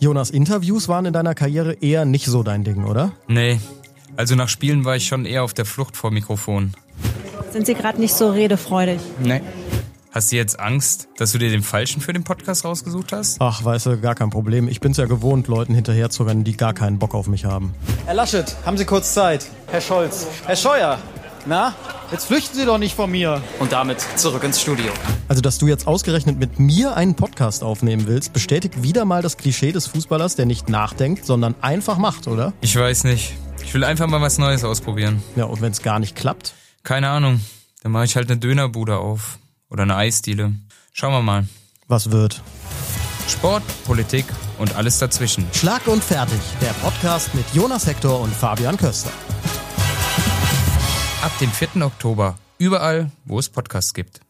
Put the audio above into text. Jonas, Interviews waren in deiner Karriere eher nicht so dein Ding, oder? Nee. Also nach Spielen war ich schon eher auf der Flucht vor Mikrofon. Sind Sie gerade nicht so redefreudig? Nee. Hast du jetzt Angst, dass du dir den Falschen für den Podcast rausgesucht hast? Ach, weißt du, gar kein Problem. Ich bin's ja gewohnt, Leuten hinterherzurennen, die gar keinen Bock auf mich haben. Herr Laschet, haben Sie kurz Zeit? Herr Scholz, Herr Scheuer, na? Jetzt flüchten Sie doch nicht von mir. Und damit zurück ins Studio. Also, dass du jetzt ausgerechnet mit mir einen Podcast aufnehmen willst, bestätigt wieder mal das Klischee des Fußballers, der nicht nachdenkt, sondern einfach macht, oder? Ich weiß nicht. Ich will einfach mal was Neues ausprobieren. Ja, und wenn's gar nicht klappt? Keine Ahnung. Dann mache ich halt eine Dönerbude auf. Oder eine Eisdiele. Schauen wir mal. Was wird? Sport, Politik und alles dazwischen. Schlag und fertig. Der Podcast mit Jonas Hector und Fabian Köster. Ab dem 4. Oktober. Überall, wo es Podcasts gibt.